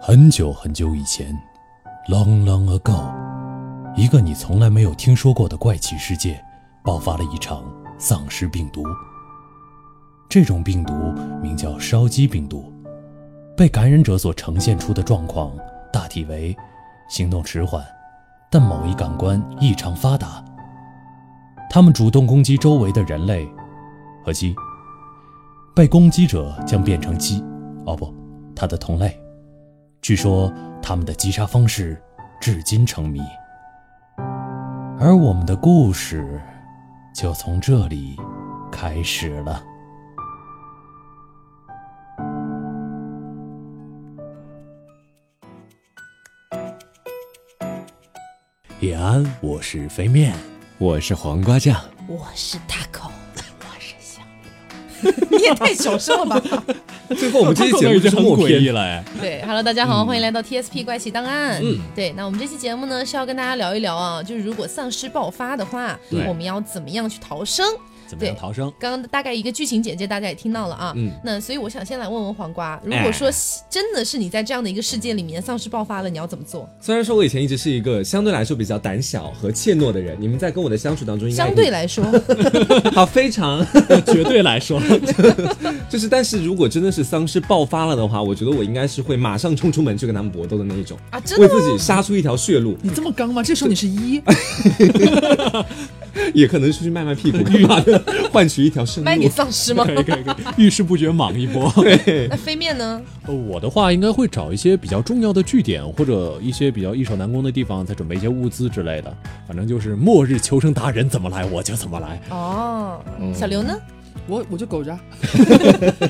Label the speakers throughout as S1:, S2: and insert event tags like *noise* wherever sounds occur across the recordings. S1: 很久很久以前，long long ago，一个你从来没有听说过的怪奇世界，爆发了一场丧尸病毒。这种病毒名叫烧鸡病毒，被感染者所呈现出的状况大体为：行动迟缓，但某一感官异常发达。它们主动攻击周围的人类和鸡，被攻击者将变成鸡，哦不，它的同类。据说他们的击杀方式至今成谜，而我们的故事就从这里开始了。野安，我是肥面，
S2: 我是黄瓜酱，
S3: 我是大狗， *laughs* 我是小刘， *laughs* 你也太小声了吧！ *laughs*
S2: 最后我们这期节目
S1: 已经很
S2: 默
S1: 诡异
S2: 片，
S1: 了哎。
S3: 对，Hello，大家好，欢迎来到 TSP 怪奇档案。嗯，对，那我们这期节目呢是要跟大家聊一聊啊，就是如果丧尸爆发的话，
S2: 对
S3: 我们要怎么样去逃生？
S1: 怎么样逃生？
S3: 刚刚大概一个剧情简介大家也听到了啊。
S2: 嗯
S3: 那所以我想先来问问黄瓜，如果说是真的是你在这样的一个世界里面丧尸爆发了，你要怎么做？
S2: 虽然说我以前一直是一个相对来说比较胆小和怯懦的人，你们在跟我的相处当中应该
S3: 相对来说，
S2: *laughs* 好非常
S1: 绝对来
S2: *laughs*
S1: 说，
S2: 就是，但是如果真的是丧尸爆发了的话，我觉得我应该是会马上冲出门去跟他们搏斗的那一种
S3: 啊真的
S2: 为
S3: 吗
S2: 自己杀出一条血 *laughs* 路，
S4: 你这么刚吗？这时候你是一，
S2: *laughs* 也可能出去卖卖屁 *laughs* 股干嘛的，换取一条生
S3: 卖
S2: 路
S3: 给。丧尸吗？
S1: 以可以可以， *laughs* 遇事不决莽一波。
S3: *laughs* 那飞面呢？
S5: 呃，我的话应该会找一些比较重要的据点，或者一些比较易守难攻的地方，再准备一些物资之类的。反正就是末日求生达人怎么来我就怎么来。
S3: 哦，小刘呢？
S4: 我我就
S2: *laughs*
S4: 苟着，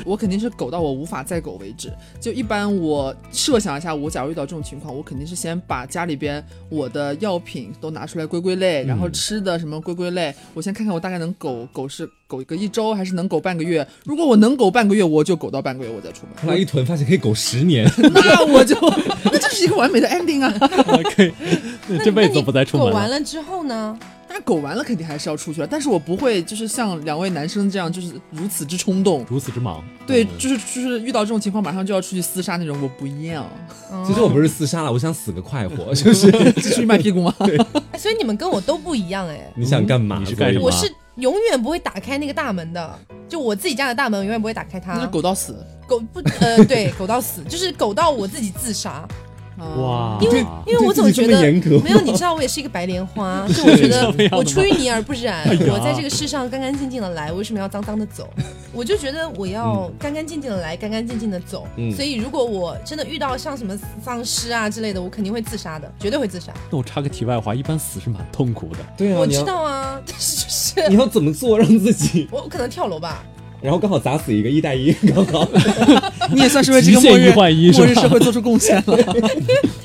S4: 我肯定是苟到我无法再苟为止。就一般我设想一下，我假如遇到这种情况，我肯定是先把家里边我的药品都拿出来归归类，
S2: 嗯
S4: 然后吃的什么归归类，我先看看我大概能苟苟是苟个一周，还是能苟半个月。如果我能苟半个月，我就苟到半个月，我再出
S2: 后来
S4: 门。
S2: 一囤发现可以苟十年，
S4: 那我就 *laughs* 那这是一个完美的 ending 啊！
S5: 可以，这辈子不再出门
S3: 那你狗
S5: 了
S3: 完。了之后呢？
S4: 那苟完了肯定还是要出去了，但是我不会就是像两位男生这样，就是如此之冲动。
S5: 如此之忙，
S4: 对，
S5: 嗯
S4: 就是就是遇到这种情况，马上就要出去厮杀那种，我不
S5: *laughs*
S4: 要。
S3: 哦
S2: 其实我不是自杀了，我想死个快活， *laughs* 就是
S4: 继续卖屁股吗？
S3: 哎，所以你们跟我都不一样哎。
S2: 你想干嘛？
S5: 你是干什么
S3: 我是永远不会打开那个大门的，就我自己家的大门，永远不会打开它。
S4: 那就狗到死。
S3: 狗不呃，对，狗到死，就是狗到我自己自杀，
S4: 啊
S5: 哇，
S3: 因为因为我总觉
S2: 啊对自己这么
S3: 得
S2: 严格吗
S3: 没有，你知道我也是一个白
S2: *laughs*
S3: 莲花，就我觉
S5: 是
S3: 得
S5: 这样的吗
S3: 我出淤泥而不染，
S2: 哎
S5: 呀
S3: 我在这个世上干干净净的来，我为什么要脏脏的走？我就觉得我要干干净净的来，干干净净的走。
S2: 嗯
S3: 所以如果我真的遇到像什么丧尸啊之类的，我肯定会自杀的，绝对会自杀。
S5: 那我插个题外话，一般死是蛮痛苦的。
S2: 对啊，
S3: 我
S2: 你
S3: 知
S2: 要
S3: 道啊，但是就是
S4: *laughs*
S2: 你要怎么做让自己， *laughs*
S3: 我我可能跳楼吧。
S2: 然后刚好砸死一个一带一， *laughs* 刚
S4: *laughs*
S2: 好。
S4: 你也算是为这个
S5: 极限
S4: 末日
S5: 一换一是吧
S4: 末日社会做出贡献了。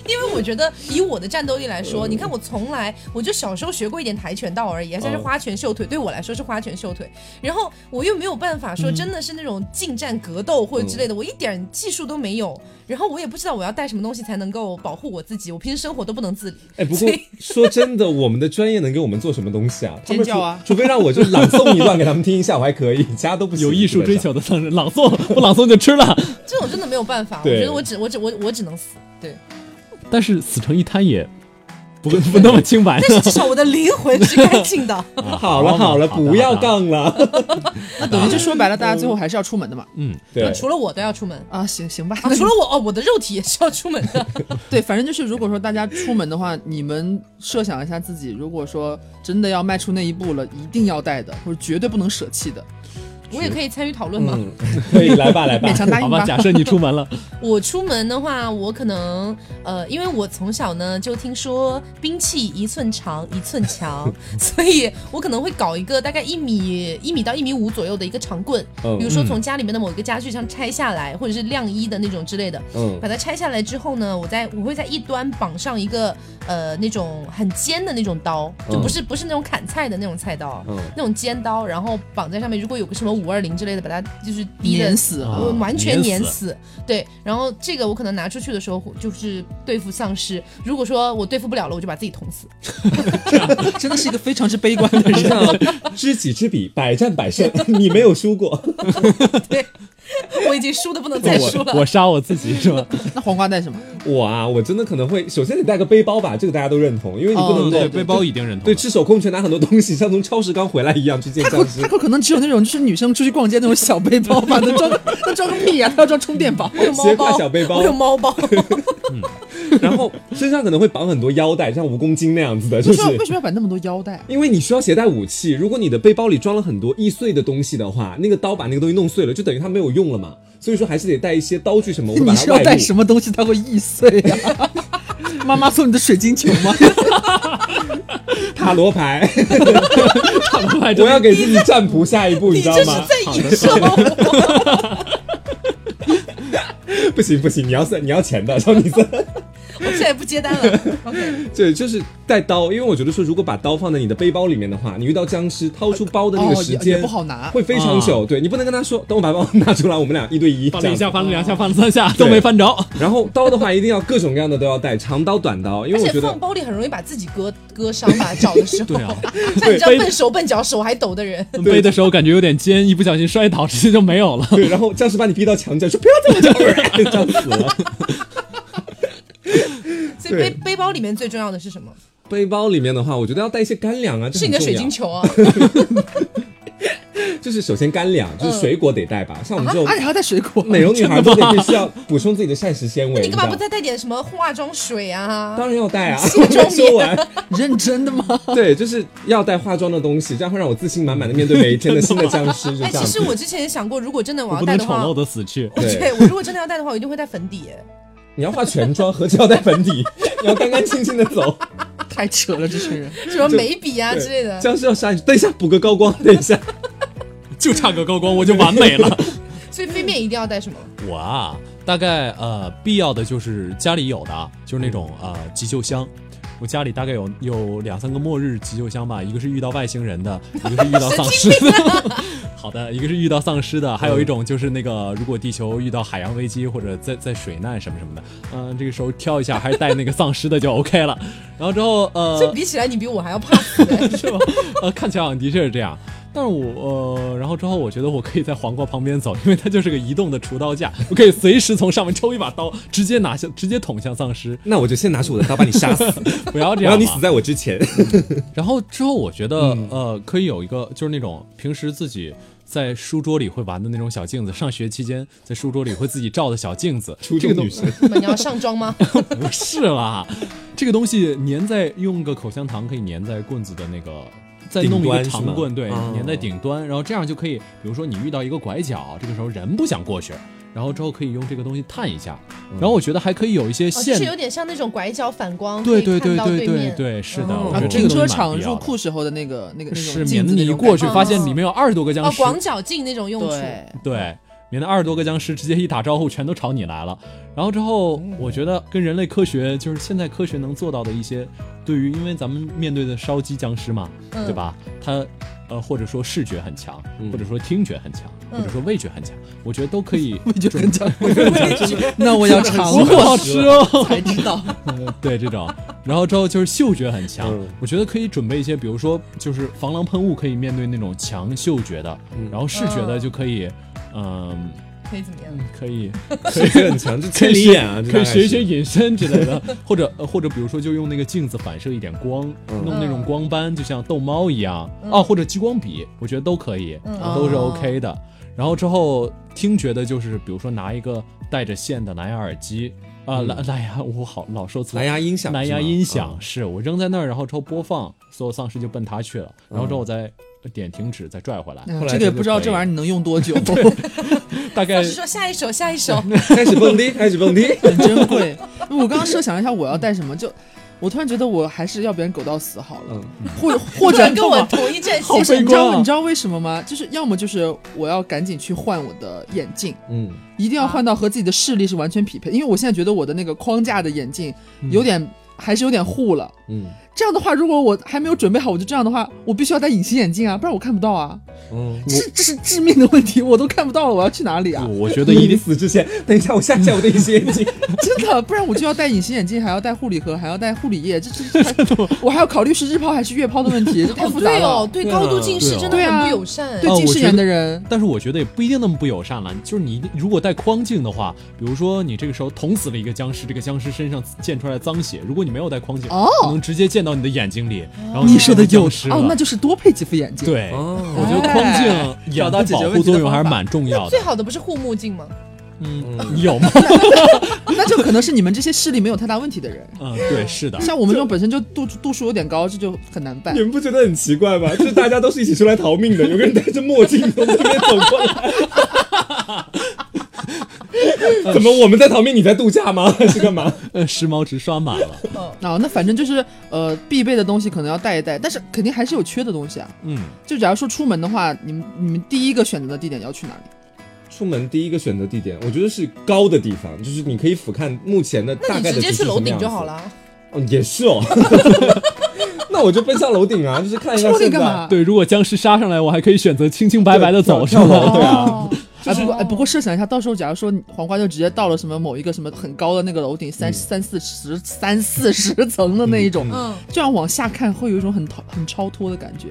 S3: 因为我觉得以我的战斗力来说，
S2: 嗯
S3: 你看我从来我就小时候学过一点跆拳道而已，还
S2: 哦
S3: 算是花拳绣腿，对我来说是花拳绣腿。然后我又没有办法
S2: 嗯
S3: 说真的是那种近战格斗或者之类的，我一点技术都没有。然后我也不知道我要带什么东西才能够保护我自己，我平时生活都不能自理。
S2: 哎，不
S3: 所
S2: 过
S3: 以
S2: 说真的，我们的专业能给我们做什么东西
S4: *laughs*
S2: 啊？他们
S4: 尖叫啊
S2: 除除非让我就朗诵一段给他们听一下，我还可以， *laughs* 其他都不行
S5: 有艺术追。求的丧尸，朗诵不朗诵就吃了。
S3: 这种真的没有办法，我
S2: 对
S3: 觉得我只我只我我只能死。对，
S5: 但是死成一滩也不不那么清白。
S3: 但是至少我的灵魂是干净的。
S2: 基本上好了啊好了，不要。杠了。
S4: *laughs* 那等于就说白了，大家最后还是要出门的嘛。
S2: *laughs*
S5: 嗯
S2: 对，
S3: 除了我都要出门
S4: 啊，行行吧。
S3: 啊，除了我哦，我的肉体也是要出门的。
S4: *laughs* 对，反正就是如果说大家出门的话，你们设想一下自己，如果说真的要迈出那一步了，一定要带的，或者绝对不能舍弃的，
S3: 我也可以参与讨论吗？
S2: 嗯，可以来吧来吧
S4: 勉。强答
S5: 好
S4: 应
S5: 吧，假设你出门了，
S3: 我出门的话，我可能呃，因为我从小呢就听说兵器一寸长一寸
S2: *laughs*
S3: 强，所以我可能会搞一个大概一米一米到一米五左右的一个长棍，
S2: 嗯
S3: 比如说从家里面的某一个家具上拆下来，或者是晾衣的那种之类的。
S2: 嗯 *laughs*
S3: 把它拆下来之后呢，我在我会在一端绑上一个呃那种很尖的那种刀，就
S2: 嗯
S3: 不是、不是那种砍菜的那种菜刀，
S2: 嗯
S3: 那种尖刀，然后绑在上面。如果有个什么五二零之类的，把它就是滴的
S4: 碾死。
S5: 啊
S3: 我完全
S5: 碾
S3: 碾死。对，然后这个我可能拿出去的时候就是对付丧尸，如果说我对付不了了，我就把自己捅死。
S4: *laughs* 真的是一个非常之悲观的人。
S2: *laughs* 像知己知彼，百战百胜，你没有输过。
S3: 我已经输的不能再输
S5: 我
S3: 了。
S5: 我杀我自己是吧？
S4: 那黄瓜带什么？
S2: *laughs* 我啊，我真的可能会，首先得带个背包吧，这个大家都认同，因为你不能
S4: 哦
S2: 够、
S4: 对
S5: 背包一定认同。
S2: 对，吃手空拳拿很多东西，像从超市刚回来一样去见
S4: 他可
S2: 僵尸 *laughs*
S4: 他。可可能只有那种就是女生出去逛街那种小背包吧，能装个能装个屁呀、他要装充电宝。
S3: 我有
S2: 斜
S3: 猫
S2: 挎
S3: 包，
S2: 小背包
S3: 我有猫包。
S2: 然后身上可能会绑很多腰带，像蜈蚣精那样子的，就
S4: 为
S2: 是
S4: 什么为什么要摆那么多腰带啊？
S2: 因为你需要携带武器。如果你的背包里装了很多易碎的东西的话，那个刀把那个东西弄碎了，就等于它没有用了嘛。所以说还是得带一些刀具什么，我会把
S4: 你是
S2: 它
S4: 要
S2: 外
S4: 带
S2: 露。
S4: 什么东西它会易碎呀、 *laughs* 妈妈送你的水晶球吗？
S2: 塔罗牌， *laughs*
S5: 塔罗牌
S2: 我
S5: 真的
S2: 要给自己占卜下一 *laughs* 步，
S3: 你
S2: 你知道
S3: 这是
S2: 吗？
S3: 在影射我，
S2: 不行不行，你要算你要钱的，然后你算。
S3: 我现在不接单了。OK，
S2: *laughs* 对，就是带刀，因为我觉得说，如果把刀放在你的背包里面的话，你遇到僵尸掏出包的那个
S4: 哦，
S2: 时
S4: 也
S2: 间、
S4: 也不好拿。
S2: 会非常久。对你不能跟他说，等我把包拿出来，我们俩一对一
S5: 翻
S2: 这
S5: 了一
S2: 样
S5: 下，
S2: 子。
S5: 翻了两下，翻了三下都没翻着。
S2: 然后刀的话，一定要各种各样的都要带，长刀、短刀，因
S3: 而
S2: 为我觉
S3: 且
S2: 得
S3: 放。包里很容易把自己割割伤吧，找的时候。
S5: 对
S3: *laughs*
S5: 啊，
S3: 像你这样
S5: 对
S3: 笨手笨脚、手还抖的人，
S5: 背的时候感觉有点尖，一不小心摔倒，直接就没有了。
S2: *laughs*
S3: *laughs*
S2: 对，然后僵尸把你逼到墙角，说不要这么久，
S5: *laughs*
S2: 这样死了。
S3: 所以
S2: 对
S3: 背背包里面最重要的是什么？
S2: 背包里面的话，我觉得要带一些干粮啊，这
S3: 是你的
S2: 很
S3: 水
S2: 重要
S3: 晶。球啊！
S2: 就是首先干
S3: 嗯
S2: 粮，就是水果得带吧，像我们这
S4: 啊，你还
S2: 种
S4: 要带水果？
S2: 美容女孩都得必须要补充自己的膳食纤维。
S3: 你干嘛不
S2: 知道
S3: 再带点什么化妆水啊？
S2: 当然要带
S3: *laughs*
S2: 啊！
S3: 卸
S2: 我
S3: 妆
S2: 没说完，
S4: 认真的吗？ *laughs*
S2: 对，就是要带化妆的东西，这样会让我自信满满的面对每一天的新的僵尸，就
S3: 哎，
S2: 这样
S3: 其
S2: 子
S3: 实。我之前也想过，如果真的我
S5: 我
S3: 要
S5: 不
S3: 带
S5: 能
S3: 的
S5: 丑
S3: 话
S5: 陋，的死去。 *laughs*
S2: 对
S3: 对我如果真的要带的话，我一定会带粉底。哎
S2: 你要化全妆，何止要带粉底，你要干干净净的走。
S4: 太扯了，这群人。
S3: 什么眉笔 *laughs* 啊
S2: 对
S3: 之类的，
S2: 僵尸要杀你，等一下补个高光，等一下。
S5: 就差个高光我就完美了。
S3: 所以背面一定要带什么？
S5: 我啊，大概呃必要的就是家里有的啊，就是那种呃急救箱。我家里大概有有两三个末日急救箱吧，一个是遇到外星人的，一个是遇到丧尸的。
S3: 啊
S5: *laughs* 好的，一个是遇到丧尸的，还有一种就是那个，如果地球遇到海洋危机或者在在水难什么什么的，嗯、这个时候挑一下，还是带那个丧尸的就 OK 了。 *laughs* 然后之后呃，
S3: 这比起来，你比我还要怕死。哎
S5: *laughs* 是吧？呃，看起来好像的确是这样。但是我呃，然后之后我觉得我可以在黄瓜旁边走，因为它就是个移动的厨刀架，我可以随时从上面抽一把刀，直接拿下，直接捅向丧尸。
S2: 那我就先拿出我的刀把你杀死，
S5: *laughs* 不要这样
S2: 然
S5: 嘛。
S2: 后你死在 *laughs* 嗯我之前。
S5: 然后之后我觉得、呃，可以有一个就是那种平时自己在书桌里会玩的那种小镜子，上学期间在书桌里会自己照的小镜子，
S2: 初中女生，
S3: 那么 *laughs* 你要上
S5: *laughs*
S3: 妆吗？
S2: *laughs*
S5: 不是啦，这个东西粘在用个口香糖可以粘在棍子的那个。再弄一
S2: 顶
S5: 个
S2: 端是
S5: 长
S2: 吗
S5: 棍，对，
S2: 哦
S5: 粘在顶端，然后这样就可以，比如说你遇到一个拐角，这个时候人不想过去，然后之后可以用这个东西探一下，
S2: 嗯
S5: 然后我觉得还可以有一些
S3: 哦，就
S5: 线
S3: 是，有点像那种拐角反光，
S5: 对
S3: 可
S5: 对
S3: 以看
S5: 对
S3: 到
S5: 对对
S3: 面。
S5: 对，是的，我
S3: 哦
S5: 觉
S4: 啊
S5: 得，这
S4: 停
S5: 个东
S4: 车
S5: 西蛮
S4: 场
S5: 必要
S4: 入
S5: 的
S4: 库时候的那个那个那
S5: 是
S4: 种
S5: 免
S4: 镜
S5: 得
S4: 子
S5: 你
S4: 那
S5: 一
S4: 种
S5: 过去
S4: 感觉
S5: 发现里面有二十多个僵
S3: 哦，
S5: 尸，
S3: 广角镜那种用处，
S4: 对，
S5: 对，免得二十多个僵尸直接一打招呼全都朝你来了。然后之后，我觉得跟人类科学就是现在科学能做到的一些，对于因为咱们面对的烧鸡僵尸嘛，
S3: 嗯
S5: 对吧？它呃或者说视觉很强，
S2: 嗯
S5: 或者说听觉很强，
S3: 嗯
S5: 或者说味觉很强，我觉得都可以。
S4: 味觉很强，那我要尝
S5: *laughs* 我好
S4: 过
S5: 吃哦，
S4: *laughs* 才知道。
S5: 对这种，然后之后就是嗅觉很强，
S2: 嗯
S5: 我觉得可以准备一些，比如说就是防狼喷雾，可以面对那种强嗅觉的，
S2: 嗯
S5: 然后视觉的
S3: 嗯
S5: 就可以，嗯，
S3: 可以怎么样？
S5: 可以
S2: 视觉很强，就千
S5: 以
S2: 里眼啊，
S5: 可以学一学
S2: 学
S5: 隐身之类的， *laughs* 或者呃或者比如说就用那个镜子反射一点光，
S2: 嗯
S5: 弄那种光斑，就像逗猫一样啊，或者激光笔，我觉得都可以，啊
S3: 嗯
S5: 都是
S4: 哦
S5: OK 的。然后之后听觉的就是，比如说拿一个带着线的蓝牙耳机啊，
S2: 嗯
S5: 蓝蓝牙我好老说错，
S2: 蓝牙音响，
S5: 蓝牙
S2: 是吗啊
S5: 音响，是我扔在那儿，然后之后播放，所有丧尸就奔它去了，然后
S2: 嗯
S5: 之后我再点停止，再拽回来，
S4: 嗯
S2: 后来
S4: 这
S2: 就
S4: 个也不知道
S2: 可以
S4: 这玩意儿你能
S2: *laughs*
S4: 用多久，
S5: 大概
S3: 老师说下一首，下一
S5: *laughs*
S3: 首，
S2: 嗯开始蹦迪，开始蹦迪。
S4: 很珍贵。我刚刚设想了一下我要带什么，就我突然觉得我还是要别人狗到死好了，或或
S3: 或
S4: 者
S3: 跟我同一阵
S4: 其
S3: 线。
S4: 实你知
S5: 好悲观啊
S4: 道你知道为什么吗？就是要么就是我要赶紧去换我的眼镜，
S2: 嗯，
S4: 一定要
S5: 啊
S4: 换到和自己的视力是完全匹配，因为我现在觉得我的那个框架的眼镜有点、还是有点糊了。
S2: 嗯，
S4: 这样的话，如果我还没有准备好，我就这样的话，我必须要戴隐形眼镜啊，不然我看不到啊。
S2: 嗯，
S4: 这这是致命的问题，我都看不到了，我要去哪里啊？
S5: 我我觉得
S2: 在
S5: 一
S2: 你
S5: 定
S2: 死之前，等一下我下架我的隐形眼
S5: *laughs*
S2: 镜。
S4: *laughs* 真的，不然我就要戴隐形眼镜，还要戴护理盒，还要戴护理液，这这这，
S5: *laughs*
S4: 我还要考虑是日抛还是月抛的问题，这太
S3: 哦，
S4: 复
S3: 不
S4: 杂
S3: 对
S4: 了
S3: 哦，。对
S2: 对啊
S3: 高度近视真的
S4: 对啊
S3: 很不友善。哎
S4: 对
S5: 哦
S4: 近
S5: 我
S4: 视
S5: 觉
S4: 眼
S5: 得
S4: 的人，
S5: 但是我觉得也不一定那么不友善了。就是你如果戴框镜的话，比如说你这个时候捅死了一个僵尸，这个僵尸身上溅出来的脏血，如果你没有戴框镜，
S4: 哦
S5: 可能直接溅到你的眼睛里，然后
S4: 你
S5: 说
S4: 说的有
S5: 是
S4: 哦，那就是多配几副眼镜。，
S5: 对。我
S2: 哦，
S5: 觉得
S4: 哎
S5: 框镜眼
S4: 找到
S5: 部
S4: 解决
S5: 保护
S4: 问题的
S5: 作用还是
S4: 方法
S5: 蛮重要的
S4: *laughs*
S3: 最。好的不是护目镜吗？
S5: 嗯，有吗？
S4: *laughs* 那就可能是你们这些视力没有太大问题的
S5: *laughs*
S4: 人，
S5: 嗯，对，是的。
S4: 像我们这种本身就度度数有点高，这就很难办
S2: 你。们不觉得很奇怪吗？就是大家都是一起出来逃命的，有个人戴着墨镜从这边走过 *laughs* 来。怎么我们在逃命，你在度假 *laughs* 吗？是干嘛？
S5: 呃，时髦值刷满了。
S4: 啊、那反正就是呃必备的东西可能要带一带，但是肯定还是有缺的东西啊。
S5: 嗯，
S4: 就假如说出门的话，你们你们第一个选择的地点要去哪里？
S2: 出门第一个选择地点，我觉得是高的地方，就是你可以俯瞰目前的
S3: 那
S2: 大
S3: 你
S2: 概的
S3: 直接
S2: 局势
S3: 去
S2: 是
S3: 楼
S2: 什么
S3: 顶
S2: 样
S3: 就
S2: 子
S3: 好。了。
S2: 哦，也是哦。 *laughs* 那我就奔向楼顶啊，就是看一下
S4: 楼
S2: 现
S4: 顶
S2: 在
S4: 干嘛？
S5: 对，如果僵尸杀上来，我还可以选择清清白白的走，是
S2: 跳跳楼
S5: 吧？
S2: 对啊，
S5: *laughs*
S4: 哦哎，不过哎，不过设想一下，到时候假如说黄瓜就直接到了什么某一个什么很高的那个楼顶，
S5: 嗯
S4: 三、三四十、三四十层的那一种，
S3: 嗯，。
S4: 这样往下看会有一种很超很超脱的感觉，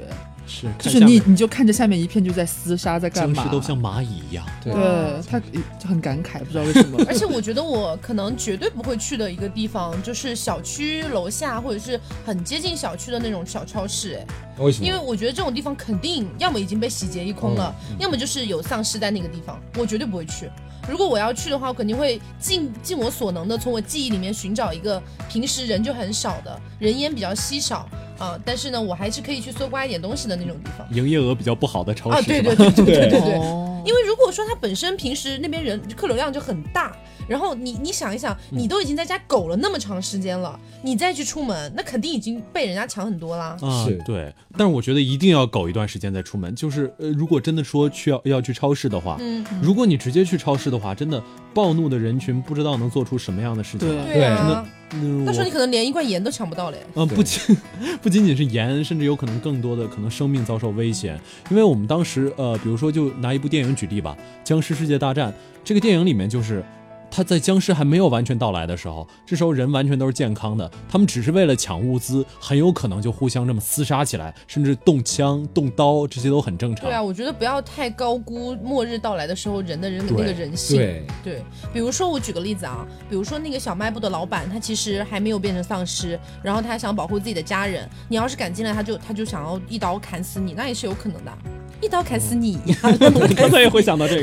S5: 是，
S4: 就
S5: 看
S4: 是
S5: 下
S4: 你
S5: 面
S4: 你就看着下面一片就在厮杀，在干
S5: 僵
S4: 嘛
S5: 尸？都像蚂蚁一样。
S2: 对
S5: 嗯
S4: 对他就很感慨，不知道为什
S5: *laughs*
S4: 么
S3: 而且我觉得我可能绝对不会去的一个地方，就是小区楼下或者是很接近小区的那种小超市，哎，
S2: 为什么？
S3: 因为我觉得这种地方肯定要么已经被洗劫一空了，要么就是有丧尸在那个地方，我绝对不会去。如果我要去的话，我肯定会尽尽我所能的从我记忆里面寻找一个平时人就很少的人烟比较稀少啊、但是呢，我还是可以去搜刮一点东西的那种地方
S5: 营业额比较不好的超
S3: 啊。
S5: 市，
S3: 对
S5: 哦是
S3: 对
S5: 吧？
S3: 对对对对对对。
S4: 哦
S3: 因为如果说它本身平时那边人客流量就很大，然后你你想一想，你都已经在家苟了那么长时间了，你再去出门，那肯定已经被人家抢很多啦。
S5: 啊
S2: 是，
S5: 对，但是我觉得一定要苟一段时间再出门。就是，呃，如果真的说去要要去超市的话，
S3: 嗯，
S5: 如果你直接去超市的话，真的暴怒的人群不知道能做出什么样的事情来。
S4: 对
S2: 对
S3: 啊，
S5: 嗯，
S3: 到时候你
S5: 我
S3: 可能连一罐盐都抢不到嘞。
S5: 嗯，
S2: 对
S5: 不仅 *laughs* 不仅仅是盐，甚至有可能更多的可能生命遭受危险。因为我们当时，呃，比如说就拿一部电影举例吧，《僵尸世界大战》这个电影里面就是。他在僵尸还没有完全到来的时候，这时候人完全都是健康的，他们只是为了抢物资，很有可能就互相这么厮杀起来，甚至动枪、动刀，这些都很正常。
S3: 对啊，我觉得不要太高估末日到来的时候人的人的
S5: 对
S3: 那个人性。
S2: 对，
S3: 对，比如说我举个例子啊，比如说那个小卖部的老板，他其实还没有变成丧尸，然后他还想保护自己的家人。你要是敢进来，他就他就想要一刀砍死你，那也是有可能的，一刀砍死你呀。
S5: *laughs*
S3: *laughs* 啊
S5: 我刚才也会想到这个。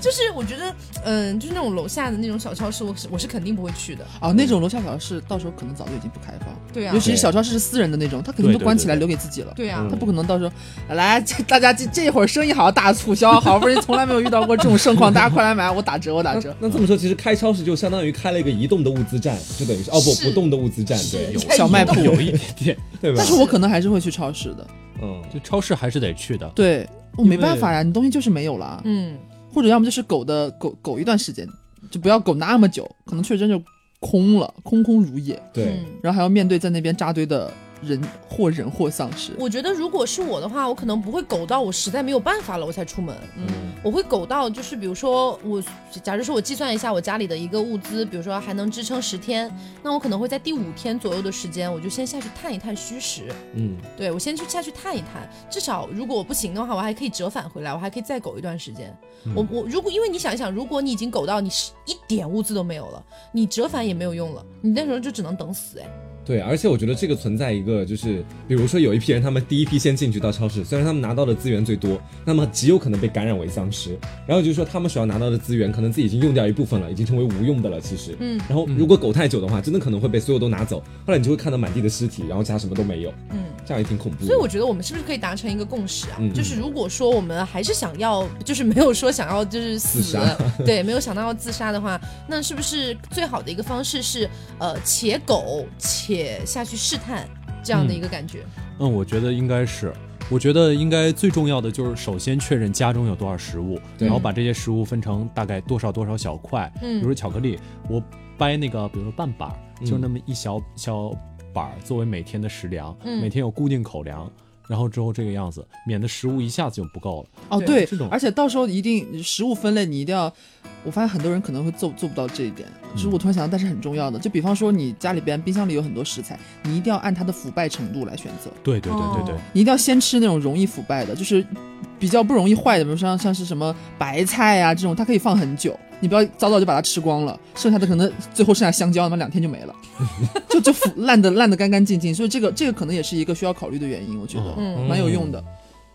S3: 就是我觉得，嗯，就是那种楼下的那种小超市，我是我是肯定不会去的。
S4: 啊，那种楼下小超市到时候可能早就已经不开放，
S3: 对啊
S4: 尤，其嗯是小超市是私人的那种，他肯定
S5: 对
S4: 都
S5: 对
S4: 关
S5: 对
S4: 起来
S5: 对
S4: 留给自己了。
S3: 对啊，
S4: 他不可能到时候来，这大家这这会儿生意好，大促销，好不容易从来没有遇到过这种盛况，大家快来买，我打折，我打折。
S2: 那这么说，其实开超市就相当于开了一个移动的物资站，就等于是哦不
S3: 是
S2: 不动的物资站，
S3: 是 *laughs*
S2: 对
S3: 有
S4: 小卖部
S5: *laughs* 有一点点，
S2: 对吧
S4: 但？是我可能还是会去超市的，
S2: 嗯，
S5: 就超市还是得去的。
S4: 对我
S5: 因
S4: 没办
S5: 为
S4: 法呀，你东西就是没有了，
S3: 嗯，
S4: 或者要么就是苟的苟苟一段时间，就不要苟那么久，可能确实真就空了，空空如也，
S2: 对，
S3: 嗯
S4: 然后还要面对在那边扎堆的人或人或丧尸。
S3: 我觉得如果是我的话，我可能不会苟到我实在没有办法了我才出门，
S2: 嗯
S3: 我会苟到就是比如说我，假如说我计算一下我家里的一个物资，比如说还能支撑十天，那我可能会在第五天左右的时间，我就先下去探一探虚实，
S2: 嗯，
S3: 对我先去下去探一探，至少如果我不行的话，我还可以折返回来，我还可以再苟一段时间。我我如果因为你想一想，如果你已经苟到你是一点物资都没有了，你折返也没有用了，你那时候就只能等死哎。
S2: 对，而且我觉得这个存在一个就是，比如说有一批人，他们第一批先进去到超市，虽然他们拿到的资源最多，那么极有可能被感染为丧尸。然后就是说，他们手上拿到的资源，可能自己已经用掉一部分了，已经成为无用的了。其实，
S3: 嗯
S2: 然后如果苟太久的话，真的可能会被所有都拿走。后来你就会看到满地的尸体，然后加什么都没有，
S3: 嗯。
S2: 这样也挺恐怖的。
S3: 所以我觉得我们是不是可以达成一个共识啊？
S2: 嗯
S3: 就是如果说我们还是想要，就是没有说想要就是死，
S2: 自杀
S3: 对，没有想到要自杀的话，那是不是最好的一个方式是呃且苟且下去试探这样的一个感觉？
S5: 嗯，我觉得应该是。我觉得应该最重要的就是首先确认家中有多少食物，
S2: 对
S5: 然后把这些食物分成大概多少多少小块。
S3: 嗯
S5: 比如说巧克力，我掰那个，比如说半板儿，
S2: 嗯
S5: 就那么一小小板儿作为每天的食粮，
S3: 嗯
S5: 每天有固定口粮，然后之后这个样子，免得食物一下子就不够了。
S4: 哦，
S5: 对
S4: 对
S5: 这种，
S4: 而且到时候一定食物分类，你一定要。我发现很多人可能会做做不到这一点，就是
S5: 嗯
S4: 我突然想到，但是很重要的，就比方说你家里边冰箱里有很多食材，你一定要按它的腐败程度来选择，
S5: 对对对对对，
S3: 哦
S4: 你一定要先吃那种容易腐败的，就是比较不容易坏的，比如像像是什么白菜呀、这种，它可以放很久，你不要早早就把它吃光了，剩下的可能最后剩下香蕉，他妈两天就没
S5: *laughs*
S4: 了，就就腐烂的烂的干干净净，所以这个这个可能也是一个需要考虑的原因，我觉得、
S5: 嗯
S4: 蛮有用的。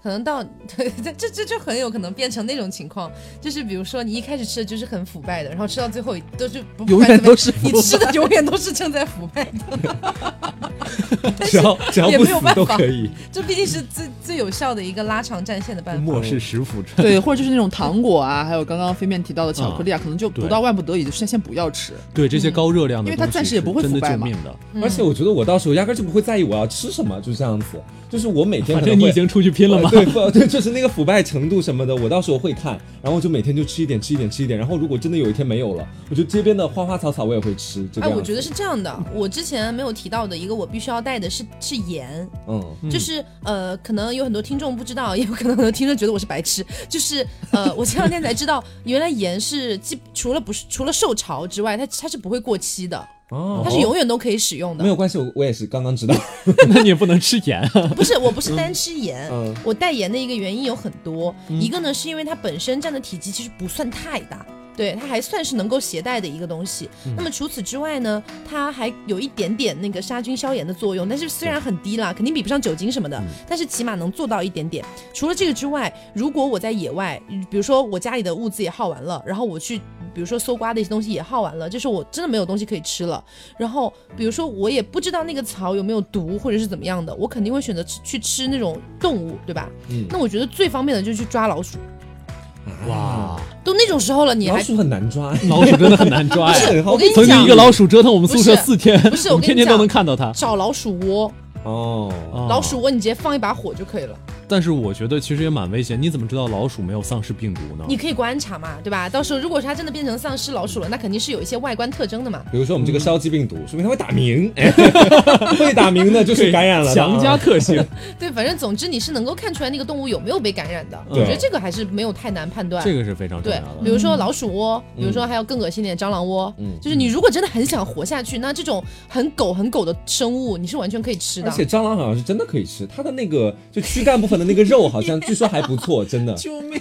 S3: 可能到 *laughs* 对，这这这就很有可能变成那种情况，就是比如说你一开始吃的就是很腐败的，然后吃到最后都是不不
S4: 永
S3: 管
S4: 远
S3: 怎么样
S4: 都是
S3: 你
S4: 腐
S3: 吃的永远都是正在腐败的，
S2: 只要只要
S3: 也
S2: 不
S3: 没有
S2: 死都
S3: 办法
S2: 可以，
S3: 这毕竟是最最有效的一个拉长战线的
S4: 哦
S3: 办法。
S5: 漠视食腐 *laughs* 传。
S4: 对，或者就是那种糖果啊，还有刚刚飞面提到的巧克力啊，可能就
S5: 对
S4: 不到万不得已，就先先不要吃。
S5: 对这些高热量的
S4: 因
S5: 东西，
S4: 为它暂时也不会
S5: 真的
S4: 腐败
S5: 救
S4: 嘛
S5: 命的。
S3: 嗯
S2: 而且我觉得我到时候压根就不会在意我要吃什么，就这样子，就是我每天
S5: 反
S2: 可
S5: 正
S2: 能
S5: 你
S2: 会
S5: 已。经出去拼了嘛。
S2: 对，不对，就是那个腐败程度什么的，我到时候会看，然后就每天就吃一点，吃一点，吃一点。然后如果真的有一天没有了，我觉得街边的花花草草我也会吃。这个
S3: 哎，
S2: 样子
S3: 我觉得是这样的，我之前没有提到的一个我必须要带的是是盐，
S2: 嗯，
S3: 就是呃，可能有很多听众不知道，也有可能很多听众觉得我是白痴。就是呃，我前两天才知道，原来盐是既除了不是除了受潮之外，它它是不会过期的，
S2: 哦
S3: 它是永远都可以使用的。
S2: 没有关系，我我也是刚刚知道。
S5: *laughs* 那你也不能吃盐啊。
S3: *laughs* 不是，我不是单吃盐，
S2: 嗯
S3: 我带盐的一个原因有很多，一个呢是因为它本身占的体积其实不算太大。对，它还算是能够携带的一个东西。
S2: 嗯
S3: 那么除此之外呢，它还有一点点那个杀菌消炎的作用，但是虽然很低啦，肯定比不上酒精什么的，
S2: 嗯
S3: 但是起码能做到一点点。除了这个之外，如果我在野外，嗯比如说我家里的物资也耗完了，然后我去，比如说搜刮的一些东西也耗完了，就是我真的没有东西可以吃了，然后比如说我也不知道那个草有没有毒或者是怎么样的，我肯定会选择吃去吃那种动物，对吧？
S2: 嗯
S3: 那我觉得最方便的就是去抓老鼠，
S5: 哇，
S3: 都那种时候了，你
S2: 老
S3: 还
S2: 鼠很难抓，
S5: 老鼠真的很难抓 *laughs* 呀。
S3: 我跟你
S5: 曾经
S3: 讲
S5: 一个老鼠折腾我们宿舍
S3: 不是
S5: 四天，
S3: 不是
S5: 我
S3: 我
S5: 们
S3: 跟
S5: 天
S3: 你
S5: 天都
S3: 讲
S5: 能看到它。
S3: 找老鼠窝，
S2: 哦，
S5: 啊
S3: 老鼠窝你直接放一把火就可以了，
S5: 但是我觉得其实也蛮危险。你怎么知道老鼠没有丧尸病毒呢？
S3: 你可以观察嘛，对吧？到时候如果是它真的变成丧尸老鼠了，那肯定是有一些外观特征的嘛。
S2: 比如说我们
S5: 嗯
S2: 这个烧鸡病毒，说明它会打鸣，哎 *laughs* 会打鸣的 *laughs* 就是感染了
S5: *laughs*
S2: 的。啊
S5: 强加特性，
S3: 对，反正总之你是能够看出来那个动物有没有被感染的，我
S2: 对
S3: 觉得这个还是没有太难判断。
S5: *laughs* 这个是非常重
S3: 对
S5: 要，
S3: 比
S5: 的。
S3: 如说老鼠窝，比如说还有更恶心点蟑螂窝，
S2: 嗯
S3: 就是你如果真的很想活下去，那这种很狗很狗的生物，你是完全可以吃
S2: 而
S3: 的。
S2: 且蟑螂好像是真的可以吃，它的那个就躯干部分的那个肉好像据说还不错，真
S3: *laughs*
S2: 的。
S4: 救命！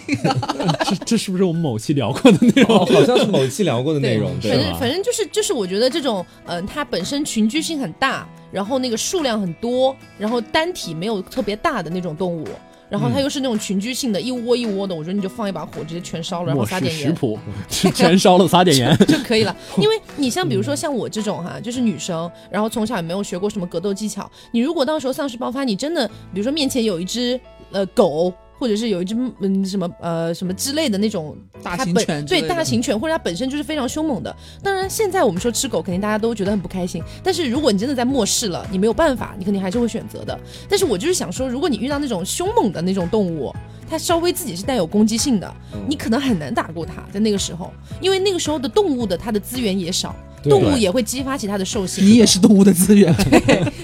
S5: 这这是不是我们某期聊过的内
S3: *laughs*
S5: 容？
S2: 哦，好像是某期聊过的内容，
S3: 反
S2: 对啊
S5: 是
S3: 正
S5: 吧
S3: 反正就是就是我觉得这种，嗯、它本身群居性很大，然后那个数量很多，然后单体没有特别大的那种动物。然
S2: 嗯
S3: 后它又是那种群居性的，一窝一窝的，我觉得你就放一把火，直接全烧了，然后
S5: 漠
S3: 撒
S5: 视
S3: 点
S5: 食
S3: 盐， *laughs*
S5: 谱，全烧了，撒点盐。
S3: 就可以
S4: *laughs*
S3: 了。因为你像比如说
S4: 嗯
S3: 像我这种哈，就是女生，然后从小也没有学过什么格斗技巧，你如果到时候丧尸爆发，你真的比如说面前有一只呃狗。或者是有一只嗯什么呃什么之类的那种
S4: 大
S3: 它
S4: 型
S3: 本
S4: 犬之
S3: 对
S4: 类的
S3: 大型犬，或者它本身就是非常凶猛的。当然，现在我们说吃狗，肯定大家都觉得很不开心。但是如果你真的在末世了，你没有办法，你肯定还是会选择的。但是我就是想说，如果你遇到那种凶猛的那种动物，它稍微自己是带有攻击性的，你可能很难打过它。在那个时候，因为那个时候的动物的它的资源也少，
S2: 对
S3: 动物也会激发起它的兽性，
S4: 你也是动物的资源，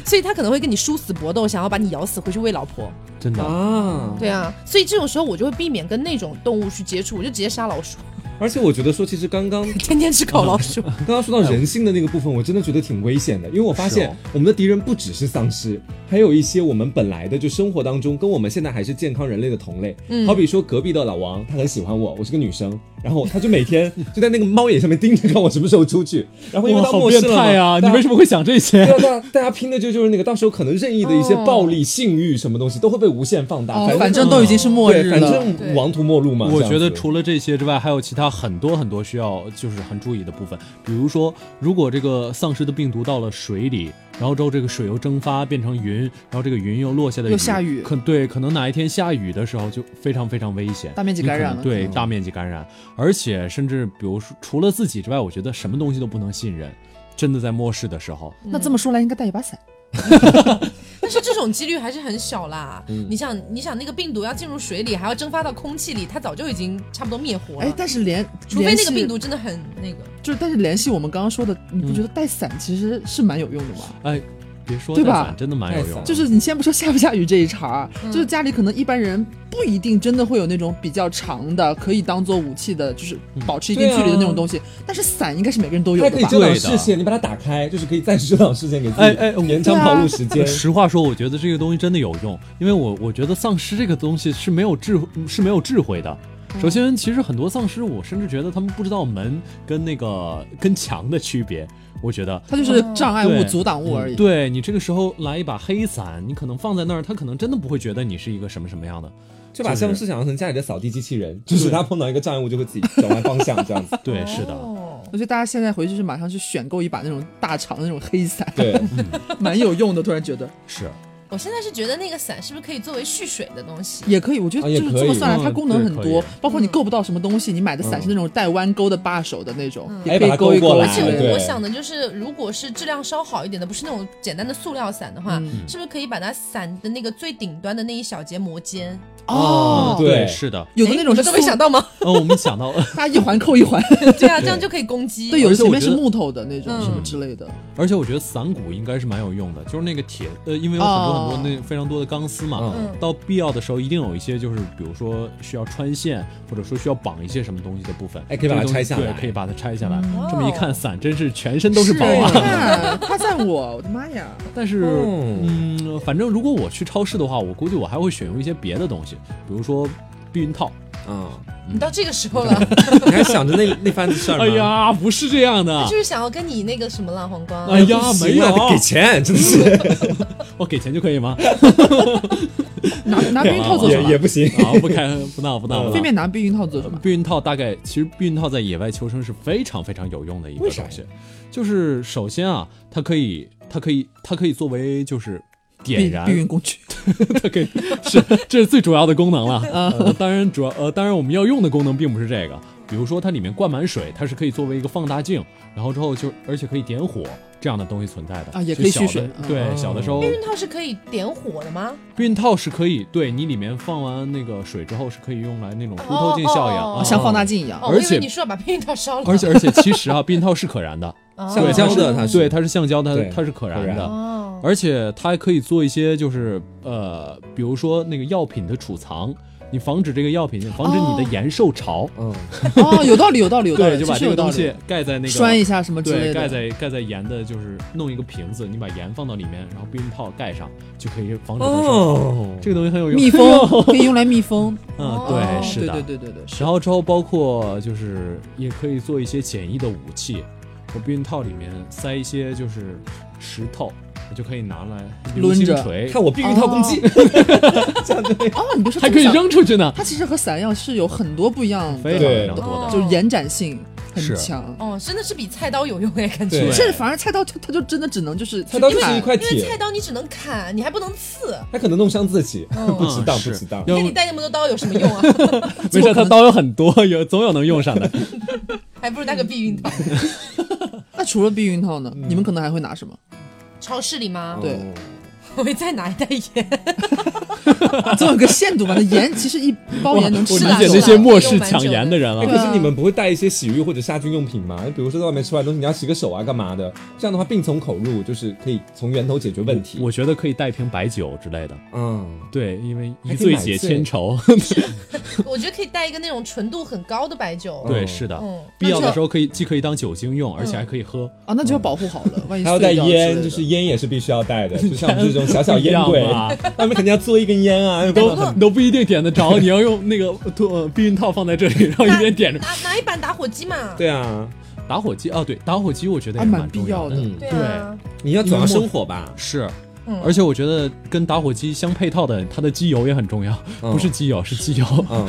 S3: 所以它可能会跟你殊死搏斗，想要把你咬死回去喂老婆。
S5: *laughs* 真的，
S2: 啊。
S3: 对啊，所以这种时候我就会避免跟那种动物去接触，我就直接杀老鼠， *laughs*
S2: 而且我觉得说，其实刚刚
S3: 天天吃烤老鼠。
S2: 刚刚说到人性的那个部分，我真的觉得挺危险的，因为我发
S5: 是
S2: 现
S5: 哦
S2: 我们的敌人不只是丧尸，还有一些我们本来的就生活当中跟我们现在还是健康人类的同类。
S3: 嗯
S2: 好比说隔壁的老王，他很喜欢我，我是个女生，然后他就每天就在那个猫眼上面盯着看我什么时候出去，然后因为
S5: 哇，
S2: 到
S5: 好
S2: 末
S5: 变
S2: 世了嘛
S5: 态啊！你
S2: 大家
S5: 为什么会想这些？
S2: 对啊，大家大家拼的就就是那个，到时候可能任意的一
S5: 哦
S2: 些暴力、性欲什么东西都会被无限放大。
S4: 哦
S2: 反
S4: 反正都已经是末
S2: 对，
S4: 日
S2: 反
S4: 了。
S2: 正王途末路嘛。
S5: 我
S2: 这样
S5: 觉
S2: 子
S5: 得除了这些之外，还有其他很多很多需要就是很注意的部分，比如说，如果这个丧尸的病毒到了水里，然后之后这个水又蒸发变成云，然后这个云又落下的
S4: 又下雨
S5: 可对，可能哪一天下雨的时候就非常非常危险，
S4: 大面积感染了
S5: 你可能对，
S4: 嗯
S5: 大面积感染，而且甚至比如说除了自己之外，我觉得什么东西都不能信任。真的在末世的时候，
S3: 嗯
S4: 那这么说来，应该带一把伞。
S3: 但是这种几率还是很小啦。你想，你想那个病毒要进入水里，还要蒸发到空气里，它早就已经差不多灭活了。
S4: 哎，但是联
S3: 除非那
S4: 联
S3: 个
S4: 系
S3: 病毒真的很那个，
S4: 就是，但是联系我们刚刚说的，你不觉得带伞其实是蛮有用的吗？
S5: 哎，别说
S4: 对
S5: 带
S4: 吧
S5: 伞真的蛮有
S2: 带
S5: 用
S2: 伞
S5: 的，
S4: 就是你先不说下不下雨这一茬儿，
S3: 嗯
S4: 就是家里可能一般人不一定真的会有那种比较长的可以当做武器的，就是保持一定
S2: 对啊
S4: 距离的那种东西。但是伞应该是每个人都有
S2: 它
S4: 的
S2: 可以
S4: 吧
S2: 遮？挡
S5: 对的
S2: 视线，你把它打开，就是可以暂时遮挡视线，给自
S5: 哎哎我
S2: 己延长
S4: 对啊
S2: 跑路时
S5: *laughs*
S2: 间。
S5: 实话说，我觉得这个东西真的有用，因为我我觉得丧尸这个东西是没有智是没有智慧的。
S4: 嗯
S5: 首先，其实很多丧尸，我甚至觉得他们不知道门跟那个跟墙的区别。我觉得，
S4: 它就是
S3: 嗯
S4: 障碍物、
S5: 对嗯
S4: 阻挡物而已。
S5: 对你这个时候来一把黑伞，你可能放在那儿，他可能真的不会觉得你是一个什么什么样的。。
S2: *laughs* 就把丧尸想象成家里的扫地机器人，就是他碰到一个障碍物就会自己转弯方向这样子
S5: *laughs* 对，是的，
S3: 哦
S4: 我觉得大家现在回去是马上去选购一把那种大长的那种黑伞， *laughs*
S2: 对，
S4: 蛮有用的。突然觉得
S5: 是
S3: 我现在是觉得那个伞是不是可以作为蓄水的东西？
S4: 也可以，我觉
S2: 啊
S4: 得
S2: 也
S4: 就是
S2: 可
S4: 这么
S2: 以
S4: 算来，它
S5: 嗯
S4: 功能
S5: 对
S4: 很
S5: 可以嗯
S4: 多，包括你
S3: 嗯
S4: 够不到什么东西，你买的伞是那种带弯钩的把手的那种，
S3: 嗯
S4: 也
S2: 哎
S4: 可以
S2: 把它
S4: 勾
S2: 勾
S4: 一
S2: 过
S4: 勾
S2: 来
S3: 而
S4: 之
S3: 且
S4: 类的。
S3: 我想的就是，如果是质量稍好一点的，不是那种简单的塑料伞的话，
S4: 嗯
S3: 是不是可以把它伞的那个最顶端的那一小节磨尖？
S4: 哦，
S5: 对，
S2: 对
S5: 是的。
S4: 有的那
S3: 哎
S4: 种
S3: 你们
S4: 是
S3: 都没
S4: 塑
S3: 想，到
S4: *laughs*
S3: 吗？
S5: 呃，我们想到，
S4: 它一环扣一环。 *laughs*
S3: 对啊，这样就可以攻击。
S4: 对，有
S5: 而
S4: 的
S5: 且
S4: 前
S5: 我
S4: 面
S5: 觉
S4: 是
S5: 得
S4: 木头的那种
S3: 嗯
S4: 什么之类的。
S5: 而且我觉得伞骨应该是蛮有用的，就是那个铁，呃，因为有很多
S4: 哦
S5: 很多那非常多的钢丝嘛，
S2: 嗯
S3: 嗯
S5: 到必要的时候，一定有一些就是，比如说需要穿线，或者说需要绑一些什么东西的部分，
S2: 哎可以把它
S5: 这个东西
S2: 拆下来
S5: 对，可以把它拆下来。
S3: 哇哦
S5: 这么一看，伞真是全身都是宝
S4: 你
S5: 啊！
S4: 看，夸赞我，我的妈呀！
S5: *laughs* 但是，
S2: 嗯
S5: 嗯，反正如果我去超市的话，我估计我还会选用一些别的东西，比如说避孕套。
S2: 啊，
S3: 你到这个时
S4: *laughs*
S3: 候了，
S2: 你还想着那那番子事儿吗？
S5: 哎，呀，不是这样的
S3: 就，是想要跟你那个什么了，黄
S4: *laughs*
S3: 瓜。
S5: 哎呀
S2: 不，行
S5: 没有嗯
S2: 啊，得给钱，真的是
S5: 我给钱就可以吗？ *laughs*
S4: 拿拿避孕套做什
S2: 也也
S4: 么？
S2: 不行。
S5: 啊，不开，不闹，不闹，不
S4: 对
S5: 闹。
S4: 面拿避孕套做什
S5: *laughs*
S4: 么？
S5: 避孕套大概，其实避孕套在野外求生是非常非常有用的一个
S2: 为啥呀
S5: 东西，就是首先啊，它可以，它可以，它可以作为就是点
S4: 避
S5: 燃
S4: 避，孕工具。
S5: *laughs* 它可以是这是最主要的功能了。呃当然主要呃，当然我们要用的功能并不是这个，比如说它里面灌满水，它是可以作为一个放大镜，然后之后就而且可以点火这样的东西存在的
S4: 啊也
S5: 就
S4: 可以
S5: 小
S4: 蓄
S5: 的
S4: 水嗯
S5: 对，小的时候
S3: 避孕套是可以点火的吗？
S5: 避孕套是可以，对你里面放完那个水之后是可以用来那种凸透镜效应，
S3: 哦哦
S5: 啊
S3: 哦
S4: 像放大镜一样
S3: 哦，
S5: 而
S3: 我以
S5: 且
S3: 为你说要把避孕套烧了。
S5: *laughs* 而且而且，其实啊，避孕套是可燃的，
S3: 哦
S2: 橡胶的它是
S5: 对，它是橡胶，它
S2: 对
S5: 它是可燃
S2: 可
S5: 的，
S2: 燃
S3: 哦，
S5: 而且它还可以做一些就是呃，比如说那个药品的储藏，你防止这个药品，防止你的盐受潮，
S2: 嗯，
S4: 哦，有道理，有道理，有道
S5: 对，
S4: 理，
S5: 就
S4: 其
S5: 把
S4: 实
S5: 这
S4: 有
S5: 个
S4: 道
S5: 东
S4: 理
S5: 西。盖在那个
S4: 拴一下什么之类
S5: 对，
S4: 的，
S5: 盖在盖在盐的，就是弄一个瓶子，你把盐放到里面，然后避孕套盖上，就可以防止它受潮。
S2: 哦，
S5: 这个东西很有用，
S4: 密
S2: *laughs*
S4: 封可以用来密封。
S5: *laughs* 嗯，
S3: 哦
S5: 对，是的，
S4: 对对对对对，
S5: 然后之后包括就是也可以做一些简易的武器，我避孕套里面塞一些就是石头，我就可以拿来流
S4: 抡
S5: 星
S4: 着
S5: 锤，
S2: 看我避孕套攻
S5: 哦
S2: 击，这样就可以。
S4: 哦，你别说，
S5: 还可以，扔出去呢，
S4: 它其实和散药是有很多不一样
S5: 非
S4: 的，
S5: 常
S2: 对
S5: 非常多的。
S4: 就是延展性
S5: 是
S4: 很强。
S3: 哦，真的是比菜刀有用哎，感觉
S2: 对。
S4: 甚至反而菜刀就它就真的只能就是
S2: 菜刀
S4: 去
S2: 就是一
S4: 砍
S2: 块
S3: 因为
S2: 铁
S3: 菜，刀你只能砍，你还不能
S4: *laughs*
S3: 刺。
S2: 它可能弄伤自己，
S3: 嗯
S2: 不值当，
S5: 是
S2: 不值当。
S5: 要
S3: 给你带那么多刀有什么用 *laughs* 啊？
S5: 没事，它刀有很多，有总有能用
S4: *laughs*
S5: 上的。
S3: 还不如带个避孕套。
S4: 那除了避孕套
S2: 嗯
S4: 呢？你们可能还会拿什么？
S3: *laughs* 超市里吗？
S4: 对
S2: 哦，
S3: 我会再拿一袋盐。
S4: 总啊有个限度吧？
S2: *laughs*
S4: 那盐其实一包盐能
S5: 我
S4: 吃
S3: 是
S5: 理
S3: 啦
S5: 解
S4: 多
S5: 这
S4: 久
S5: 些
S3: 是啦
S5: 漠
S3: 用
S5: 视
S3: 蛮
S5: 抢
S3: 久
S5: 盐
S3: 的
S5: 的人了
S2: 哎，
S4: *laughs* 对。
S2: 可
S4: 啊
S2: 是你们不会带一些洗浴或者杀菌用品吗？比如说在外面吃完东西，你要洗个手啊，干嘛的？这样的话，病从口入，就是可以从源头解决问题。
S5: 我觉得可以带一瓶白酒之类的，
S2: 嗯，
S5: 对，因为一
S2: 还可以
S5: 醉
S2: 买
S5: 解
S2: 醉
S5: 千愁。
S3: 我觉得可以带一个那种纯度很高的白酒。
S5: *laughs* 对，
S2: 嗯
S5: 是的，
S3: 嗯
S5: 必要
S4: 哦那
S5: 的
S4: 这
S5: 时候可以既可以当酒精用，而且还可以喝。
S4: 啊，那就要保护好
S2: *laughs*
S4: 了，万一
S2: 还要带
S4: 碎掉之类
S2: 烟，
S4: 的
S2: 就是烟也是必须要带的，就像我
S4: 嗯
S2: 们这种小小烟
S5: *laughs* 不一
S2: 鬼
S5: 样啊吧，
S2: 他们肯定要做一根烟啊，
S5: 都
S2: 不能
S5: 你都不一定点得着，你要用那个呃避孕套放在这里，然
S4: *laughs*
S5: 后一边点着
S3: 拿拿一把打火机嘛。
S2: 对啊，
S5: 打火机啊，对，打火机我觉得也
S4: 还蛮
S5: 蛮
S4: 必
S5: 重要
S4: 要
S5: 的。
S4: 的。
S2: 嗯，
S3: 对啊，
S2: 你要主要生火吧，
S5: 是，
S3: 嗯
S5: 而且我觉得跟打火机相配套的，它的机油也很重要，
S2: 嗯
S5: 不是机油是机油，
S2: 嗯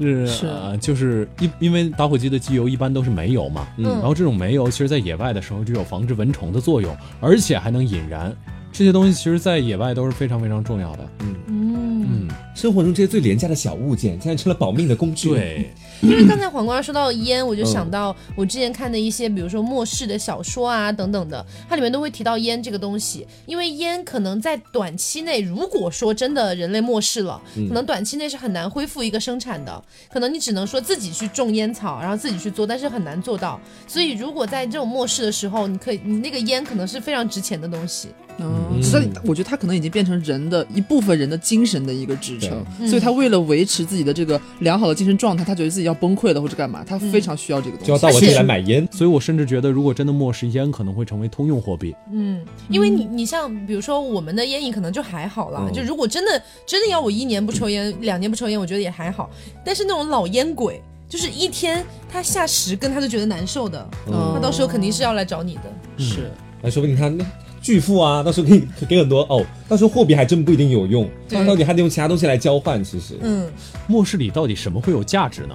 S5: 是
S4: 是
S5: 呃就是因因为打火机的机油一般都是煤油嘛，
S2: 嗯
S5: 然后这种煤油其实在野外的时候就有防治蚊虫的作用，而且还能引燃，这些东西其实在野外都是非常非常重要的。
S3: 嗯，
S5: 嗯，
S2: 生活中这些最廉价的小物件，现在成了保命的工具。，
S5: 对，
S3: 因为刚才黄瓜说到烟，我就想到我之前看的一些，比如说末世的小说啊等等的，它里面都会提到烟这个东西。因为烟可能在短期内，如果说真的人类末世了，可能短期内是很难恢复一个生产的，可能你只能说自己去种烟草，然后自己去做，但是很难做到。所以如果在这种末世的时候，你可以，你那个烟可能是非常值钱的东西。
S4: 嗯，所以我觉得他可能已经变成人的一部分人的精神的一个支撑，所以他为了维持自己的这个良好的精神状态，他觉得自己要崩溃了或者干嘛，他非常需要这个东西。
S2: 嗯就要到我这里来买烟。
S5: 所以我甚至觉得，如果真的末世，烟可能会成为通用货币。
S3: 嗯，因为你你像比如说我们的烟瘾可能就还好啦，就如果真的真的要我一年不抽烟，两年不抽烟，我觉得也还好。但是那种老烟鬼，就是一天他下十根他都觉得难受的，
S2: 嗯
S3: 他到时候肯定是要来找你的。
S4: 哦是，
S2: 那说不定他那巨富啊，到时候给你给很多哦，到时候货币还真不一定有用，
S3: 对
S2: 到底还得用其他东西来交换。其实，
S3: 嗯，
S5: 末世里到底什么会有价值呢？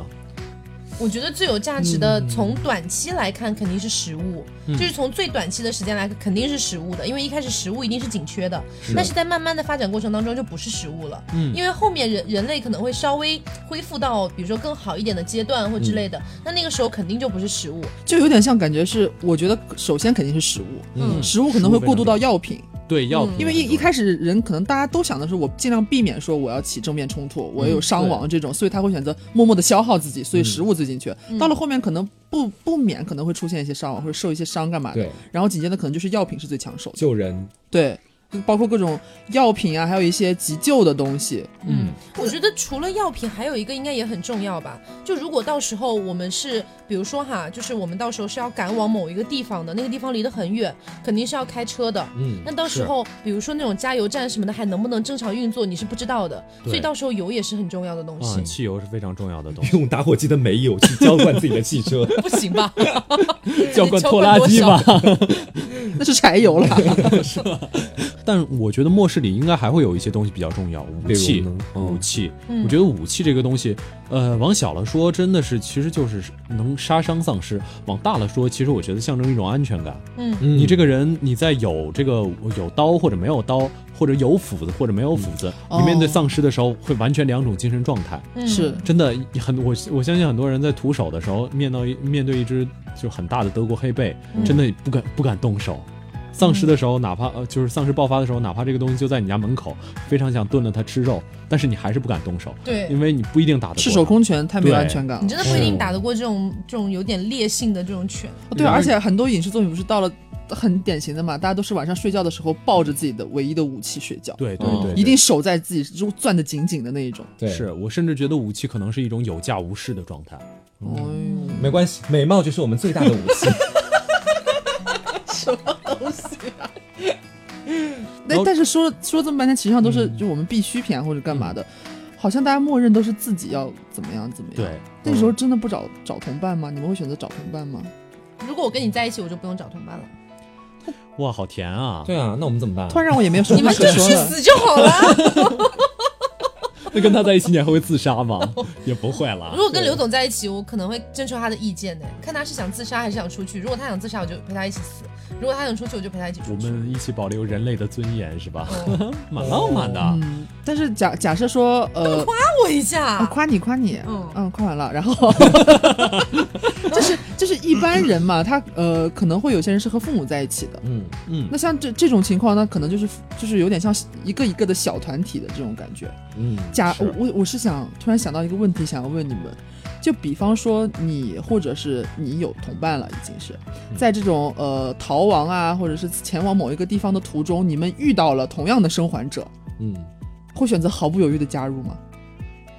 S3: 我觉得最有价值的，从短期来看肯定是食物，就是从最短期的时间来看肯定是食物的，因为一开始食物一定是紧缺的，但是在慢慢的发展过程当中就不是食物了，
S5: 嗯
S3: 因为后面人人类可能会稍微恢复到比如说更好一点的阶段或之类的，那那个时候肯定就不是食物，
S4: 就有点像感觉是，我觉得首先肯定是食物，
S3: 嗯
S4: 食物可能会过渡到药品，
S5: 对药品，
S4: 因为一一开始人可能大家都想的是，我尽量避免说我要起正面冲突，我有伤亡这种，所以他会选择默默的消耗自己，所以食物最进去。到了后面可能不不免可能会出现一些伤亡或者受一些伤干嘛的，
S2: 对，
S4: 然后紧接着可能就是药品是最抢手的，
S2: 救人，
S4: 对，就包括各种药品啊，还有一些急救的东西，
S5: 嗯，
S3: 我觉得除了药品，还有一个应该也很重要吧。就如果到时候我们是，比如说哈，就是我们到时候是要赶往某一个地方的，那个地方离得很远，肯定是要开车的。
S2: 嗯
S3: 那到时候，比如说那种加油站什么的，还能不能正常运作，你是不知道的。
S5: 对
S3: 所以到时候油也是很重要的东
S5: 啊，
S3: 西。 *laughs*
S5: 汽油是非常重要的东 *laughs* 西，
S2: 用打火机的煤油去浇灌自己的汽车。
S3: 不行吧？ *laughs*
S5: 浇灌拖拉机 *laughs* 吧。
S4: 那是柴 *laughs* 油了。
S5: 但我觉得末世里应该还会有一些东西比较重要，武
S2: 比
S5: 器
S2: 如呢，嗯
S5: 武器。
S3: 嗯
S5: 我觉得武器这个东西，呃，往小了说，真的是其实就是能杀伤丧尸；往大了说，其实我觉得象征一种安全感。
S3: 嗯，
S2: *laughs* 嗯
S5: 你这个人，你在有这个有刀或者没有刀，或者有斧子或者没有斧子，
S4: 嗯
S5: 你面对
S4: 哦
S5: 丧尸的时候，会完全两种精神状态。
S3: 嗯
S4: 是
S5: 真的很，我我相信很多人在徒手的时候，面到一面对一只就很大的德国黑背，
S3: 嗯
S5: 真的不敢不敢动手。丧尸的时候，哪怕呃就是丧尸爆发的时候，哪怕这个东西就在你家门口，非常想炖了它吃肉，但是你还是不敢动手，
S3: 对
S5: 因。为你不一定打得过
S4: 赤手
S5: 它。
S4: 空拳太没有安全感了
S3: 你。真的不一定打得过这种这种有点烈性的这种犬，
S4: 哦对啊，而
S5: 嗯
S4: 且很多影视作品不是到了很典型的嘛，大家都是晚上睡觉的时候抱着自己的唯一的武器睡觉，
S5: 对对
S2: 嗯
S5: 对，
S4: 一定手在自己就攥得紧紧的那一种。
S2: 对，
S5: 是我甚至觉得武器可能是一种有价无市的状态。
S4: 哎呦，
S2: 没关系，美貌就是我们最大的武器。
S5: 然
S3: 啊
S4: *laughs* 那
S5: 后
S4: 但是说说这么半天，其实上都
S5: 嗯
S4: 是就我们必需品啊或者干嘛的，好像大家默认都是自己要怎么样怎么样。
S5: 对，嗯
S4: 那时候真的不找找同伴吗？你们会选择找同伴吗？
S3: 如果我跟你在一起，我就不用找同伴
S5: *laughs*
S3: 了，
S5: 哇，好甜啊！
S2: *laughs* 对啊，那我们怎么办？
S4: 突然让我也没有什
S3: 你
S4: 么
S3: 们
S4: 可
S3: 就
S4: 说
S3: 去
S4: 了。
S3: 死就好了。
S5: 那跟他在一起，你还会自杀
S4: *laughs*
S5: 吗？
S4: 哦
S5: 也不会
S3: 如
S5: 了。
S3: 果跟刘总在一起，我可能会征求他的意见呢，看他是想自杀还是想出去。如果他想自杀，我就陪他一起死；如果他想出去，我就陪他一起
S5: 我
S3: 出去。
S5: 们一起保留人类的尊严，是吧？
S3: 哦
S5: 蛮浪漫的。
S4: 嗯，但是假假设说，呃，
S3: 夸 *laughs* 我一下，
S4: 啊，夸你夸你，
S3: 嗯
S4: 嗯，夸完了，
S3: *laughs*
S4: 然后就是就是一般人嘛，他呃可能会有些人是和父母在一起的，
S2: 嗯，
S5: 嗯，
S4: 那像这这种情况，那可能就是就是有点像一个一个的小团体的这种感觉。
S2: 嗯
S4: 假
S5: 是
S4: 我我我是想突然想到一个问题，想要问你们，就比方说你或者是你有同伴了，已经是
S5: 嗯
S4: 在这种呃逃亡啊，或者是前往某一个地方的途中，你们遇到了同样的生还者，
S2: 嗯，
S4: 会选择毫不犹豫的加入吗？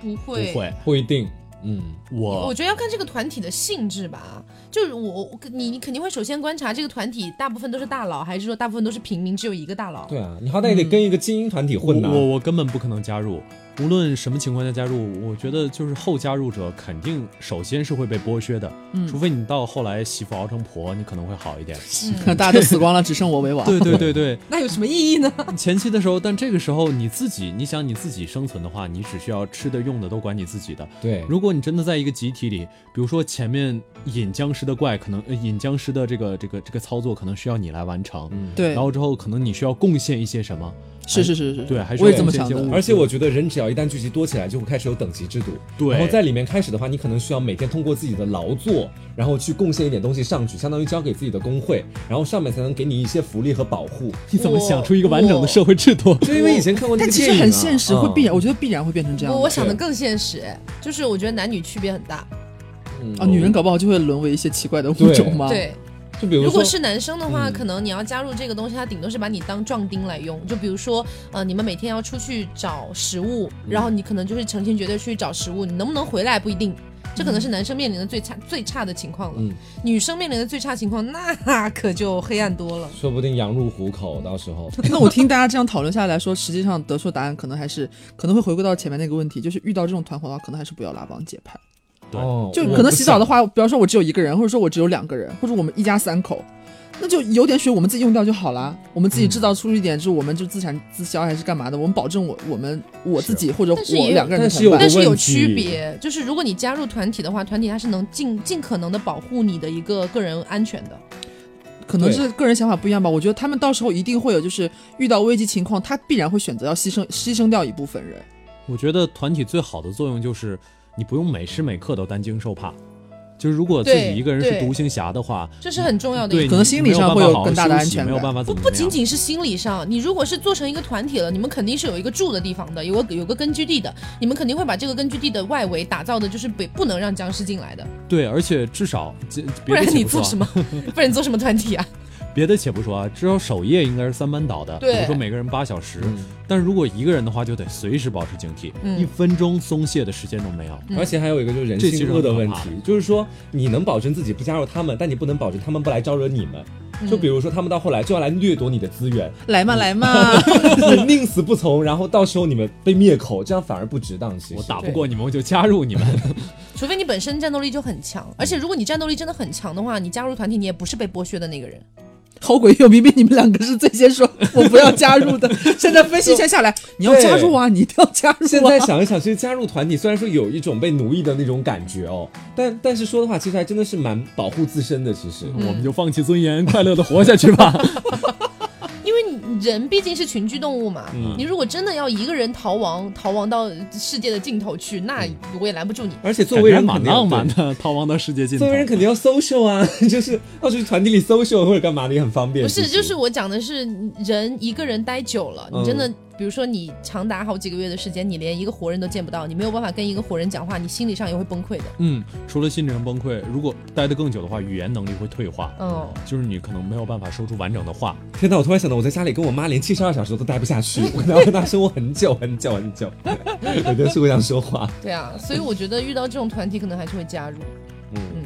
S3: 不
S5: 不
S3: 会。
S5: 会，
S2: 不一定。嗯，
S5: 我
S3: 我觉得要看这个团体的性质吧，就是我我你你肯定会首先观察这个团体大部分都是大佬，还是说大部分都是平民，只有一个大佬？
S2: 对啊，你好歹也得跟一个精英团体混呐、
S5: 嗯我我我根本不可能加入，无论什么情况下加入，我觉得就是后加入者肯定首先是会被剥削的，
S4: 嗯
S5: 除非你到后来媳妇熬成婆，你可能会好一点。
S3: 嗯，
S4: *laughs* 大家都死光了，只剩我为王。
S5: 对对对对，
S3: *laughs* 那有什么意义呢？
S5: 前期的时候，但这个时候你自己，你想你自己生存的话，你只需要吃的用的都管你自己的。
S2: 对，
S5: 如果你真的在一个集体里，比如说前面引僵尸的怪，可能、呃引僵尸的这个这个这个操作，可能需要你来完成。
S2: 嗯
S4: 对
S5: 然，后之后可能你需要贡献一些什么，
S4: 是是是是，
S5: 对，还是
S4: 我也
S5: 要
S4: 这么
S5: 贡献一
S4: 想
S5: 些物
S4: 的
S5: 资。
S2: 而且我觉得人只要一旦聚集多起来，就会开始有等级制度。
S5: 对
S2: 然后在里面开始的话，你可能需要每天通过自己的劳作，然后去贡献一点东西上去，相当于交给自己的工会，然后上面才能给你一些福利和保护。
S5: 你怎么想出一个完整的社会制 *laughs* 度？
S2: 就因为以前看过那
S4: 但
S2: 个
S4: 其
S2: 电影、啊，
S4: 实很现实，会必然，
S2: 嗯
S4: 我觉得必然会变成这样
S3: 我
S4: 的。
S3: 我想的更现实，就是我觉得男女区别很大。
S2: 嗯
S4: 啊，女人搞不好就会沦为一些奇怪的物
S2: 对
S4: *laughs* 种吗？
S3: 对，
S2: 就比如
S3: 如
S2: 说
S3: 果，是男生的话，
S2: 嗯
S3: 可能你要加入这个东西，他顶多是把你当壮丁来用。就比如说，呃，你们每天要出去找食物，
S2: 嗯
S3: 然后你可能就是成群结队去找食物，你能不能回来不一定。这可能是男生面临的最差最差的情况了。
S2: 嗯
S3: 女生面临的最差情况，那 *laughs* 可就黑暗多了。
S2: 说不定羊入虎口，到时候
S4: 那我听大家这样讨论下来说，实际上得出的答案可能还是可能会回归到前面那个问题，就是遇到这种团伙的话，可能还是不要拉帮结派。
S5: 对
S2: 哦
S4: 就
S2: 我
S4: 可能
S2: 不
S4: 洗澡的
S2: 想
S4: 话，比方说我只有一个人，或者说我只有两个人，或者我们一家三口，那就有点水我们自己用掉就好啦。我们自己
S2: 嗯
S4: 制造出一点，就是我们就自产自销还是干嘛的，我们保证我我们我自己或者
S3: 但是也
S4: 我
S3: 有
S4: 两个人的
S2: 但是有
S4: 团
S3: 但
S4: 办。
S3: 是有
S2: 问题
S3: 区别，就是如果你加入团体的话，团体它是能尽尽可能的保护你的一个个人安全的。
S4: 可能
S2: 对
S4: 是个人想法不一样吧。我觉得他们到时候一定会有，就是遇到危机情况，他必然会选择要牺牲牺牲掉一部分人。
S5: 我觉得团体最好的作用就是，你不用每时每刻都担惊受怕。就是如果自己
S3: 对
S5: 一个人是
S3: 对
S5: 独行侠的话，
S3: 这是很重要的一
S5: 对，
S3: 个
S4: 可能
S5: 你
S4: 心
S5: 没
S4: 理
S5: 有
S4: 上
S5: 办
S4: 会
S5: 法
S4: 有
S5: 好好
S4: 更大的
S5: 休
S4: 安
S5: 息
S4: 全
S5: 没有
S4: 感
S5: 办法
S3: 不
S5: 怎么
S3: 不
S5: 样
S3: 仅仅是心理上，你如果是做成一个团体了，你们肯定是有一个住的地方的，有个有个根据地的，你们肯定会把这个根据地的外围打造的，就是不不能让僵尸进来的，
S5: 对，而且至少这
S3: 不
S5: 别
S3: 然
S5: 的且
S3: 你
S5: 不说
S3: 做
S5: 啊 *laughs*
S3: 什么？不然你做什么团体啊？
S5: 别的且不说啊，至少首页应该是三班倒的，比
S3: 对
S5: 如说每个人八小时，
S2: 嗯
S5: 但如果一个人的话，就得随时保持警惕，
S3: 嗯
S5: 一分钟松懈的时间都没有。
S4: 嗯
S2: 而且还有一个就是人
S5: 这其
S2: 性
S5: 实
S2: 恶的
S5: 很可
S2: 问
S5: 怕
S2: 题，就是说你能保证自己不加入他们，但你不能保证他们不来招惹你们。
S4: 嗯
S2: 就比如说他们到后来就要来掠夺你的资源，
S4: 来嘛来嘛， *laughs*
S2: 你宁死不从，然后到时候你们被灭口，这样反而不值当。其实
S5: 我打不过你们，我就加入你们。
S3: 除非你本身战斗力就很强，
S5: 嗯
S3: 而且如果你战斗力真的很强的话，你加入团体你也不是被剥削的那个人。
S4: 好鬼有明明你们两个是最先说我不要加入的，现在分析一下下来，你要加入啊，你一定要加入啊。
S2: 现在想一想，其实加入团体虽然说有一种被奴役的那种感觉哦，但但是说的话，其实还真的是蛮保护自身的。其实，
S4: 嗯
S3: 嗯
S5: 我们就放弃尊严，快乐的活下去
S4: *laughs*
S5: 吧。
S3: 因为你人毕竟是群居动物嘛，
S5: 嗯
S3: 你如果真的要一个人逃亡，逃亡到世界的尽头去，那
S5: 嗯
S3: 我也拦不住你。
S2: 而且作为人
S5: 感
S2: 肯
S5: 觉
S2: 定
S5: 还蛮浪漫
S2: 对
S5: 的，逃亡到世界尽头
S2: 作为。人肯定要 social 啊， *laughs* 就是要去团体里 social 或者干嘛的也很方便。
S3: 不是，
S2: 其实
S3: 就是我讲的是人一个人待久了，
S2: 嗯
S3: 你真的，比如说你长达好几个月的时间，你连一个活人都见不到，你没有办法跟一个活人讲话，你心理上也会崩溃的。
S5: 嗯，除了心理上崩溃，如果待得更久的话，语言能力会退化。
S3: 嗯，
S5: 就是你可能没有办法说出完整的话。
S2: 天哪！我突然想到，我在家里跟我妈连七十二小时都待不下去，我可能要跟她生活很久很久很久。我跟树想说话，
S3: 对啊，所以我觉得遇到这种团体，可能还是会加入。
S2: 嗯，
S3: 嗯，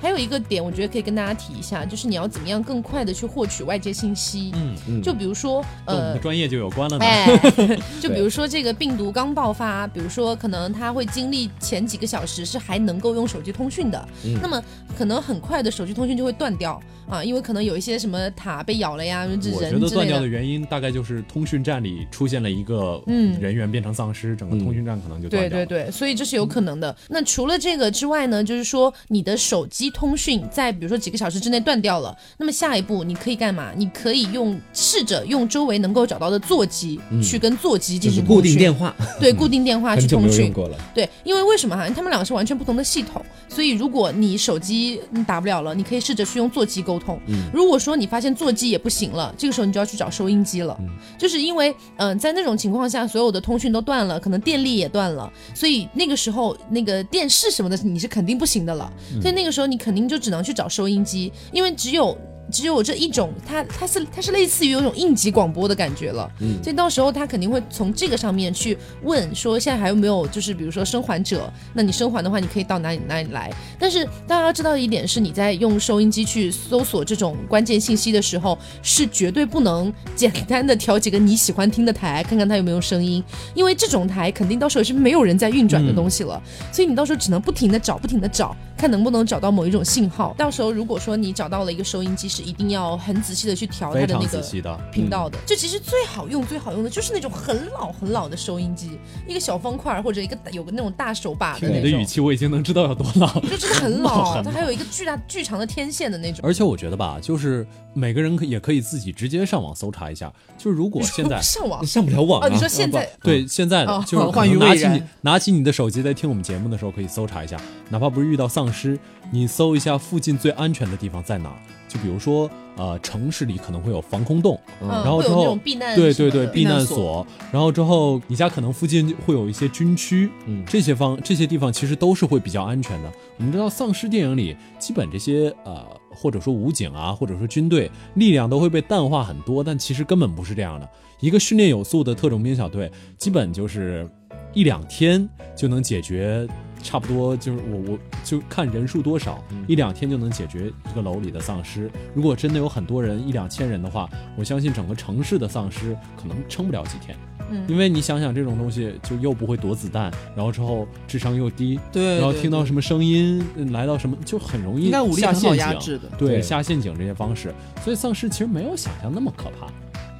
S3: 还有一个点，我觉得可以跟大家提一下，就是你要怎么样更快的去获取外界信息。
S5: 嗯，
S2: 嗯
S3: 就比如说，
S5: 跟我们
S3: 呃
S5: 的，专业就有关了呢。
S3: 哎，
S2: *laughs*
S3: 就比如说这个病毒刚爆发，比如说可能它会经历前几个小时是还能够用手机通讯的，
S2: 嗯
S3: 那么可能很快的手机通讯就会断掉啊，因为可能有一些什么塔被咬了呀，这
S5: 我觉
S3: 人
S5: 得
S3: 之
S5: 断
S3: 类
S5: 掉的
S3: 的。
S5: 原因大概就是通讯站里出现了一个
S3: 嗯
S5: 人员变成丧尸，整个
S2: 嗯
S5: 通讯站可能就断
S3: 对
S5: 掉了。
S3: 对对，所以这是有可能的。那除了这个之外呢，就是说你的手机通讯在比如说几个小时之内断掉了，那么下一步你可以干嘛？你可以用试着用周围能够找到的座机、去跟座机
S2: 嗯
S3: 进
S2: 就是
S3: 行
S2: 固
S3: 通
S2: 定
S3: 讯，
S2: 电话，
S3: 对固定电话
S2: 很
S3: 去
S2: 久没
S3: 通
S2: 有
S3: 讯
S2: 用。过了。
S3: 对，因为为什么哈、他们两个是完全不同的系统，所以如果你手机嗯打不了了，你可以试着去用座机沟通。如果说你发现座机也不行了，这个时候你就要去找收音机了，就是因为嗯、呃在那种情况下，所有的通讯都断了，可能电力也断了，所以那个时候那个电视什么的你是肯定不行的了，所以那个时候你肯定就只能去找收音机，因为只有。只有这一种，它它是它是类似于有一种应急广播的感觉了，
S5: 嗯
S3: 所以到时候他肯定会从这个上面去问说现在还有没有就是比如说生还者，那你生还的话你可以到哪里哪里来？但是大家要知道一点是，你在用收音机去搜索这种关键信息的时候，是绝对不能简单的挑几个你喜欢听的台，看看它有没有声音，因为这种台肯定到时候是没有人在运转的东西了，
S5: 嗯
S3: 所以你到时候只能不停的找，不停的找，看能不能找到某一种信号。到时候如果说你找到了一个收音机，是一定要很仔细的去调它
S5: 非
S3: 的那
S5: 常
S3: 个
S5: 仔细的。
S3: 频道的。这其实最好用、最好用的就是那种很老很老的收音机，一个小方块儿或者一个有个那种大手把的
S5: 听你的
S3: 那
S5: 语
S3: 种，
S5: 气，我已经能知道有多老。
S3: 就真的很
S5: 老啊很
S3: 老，它还有一个巨大巨长的天线的那种。
S5: *laughs* 而且我觉得吧，就是每个人可也可以自己直接上网搜查一下。就是如果
S3: 你
S5: 现
S3: 说
S5: 在嗯
S3: 上网
S2: 你上不了网啊！
S3: 哦，你说现在
S5: 对现在的
S3: 哦
S5: 就是可
S4: 换于
S5: 能拿
S4: 未
S5: 起你
S4: 然
S5: 拿起你的手机在听我们节目的时候，可以搜查一下，哪怕不是遇到丧尸，你搜一下附近最安全的地方在哪儿。就比如说，呃，城市里可能会有防空洞，
S3: 嗯
S5: 然后
S3: 会
S5: 之
S3: 有那
S5: 后
S3: 种避难
S5: 对
S3: 什么
S5: 对
S3: 的
S5: 对避难
S4: 难
S5: 所，然后之后你家可能附近会有一些军区，
S2: 嗯
S5: 这些方这些地方其实都是会比较安全的。我们知道丧尸电影里基本这些呃或者说武警啊，或者说军队力量都会被淡化很多，但其实根本不是这样的。一个训练有素的特种兵小队，基本就是一两天就能解决，差不多就是我我就看人数多少，
S3: 嗯
S5: 一两天就能解决一个楼里的丧尸。如果真的有很多人，一两千人的话，我相信整个城市的丧尸可能撑不了几天。
S3: 嗯
S5: 因为你想想这种东西，就又不会躲子弹，然后之后智商又低，
S4: 对，
S5: 然后
S4: 对
S5: 听到
S4: 对
S5: 什么声音，来到什么就很容易
S4: 应该武力
S5: 下
S4: 很
S5: 陷
S4: 好压
S5: 阱，
S4: 制的。
S5: 对
S2: 对
S5: 下陷阱这些方式，所以丧尸其实没有想象那么可怕。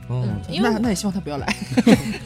S2: 哦
S3: 嗯，因为
S4: 那那也希望他不要来。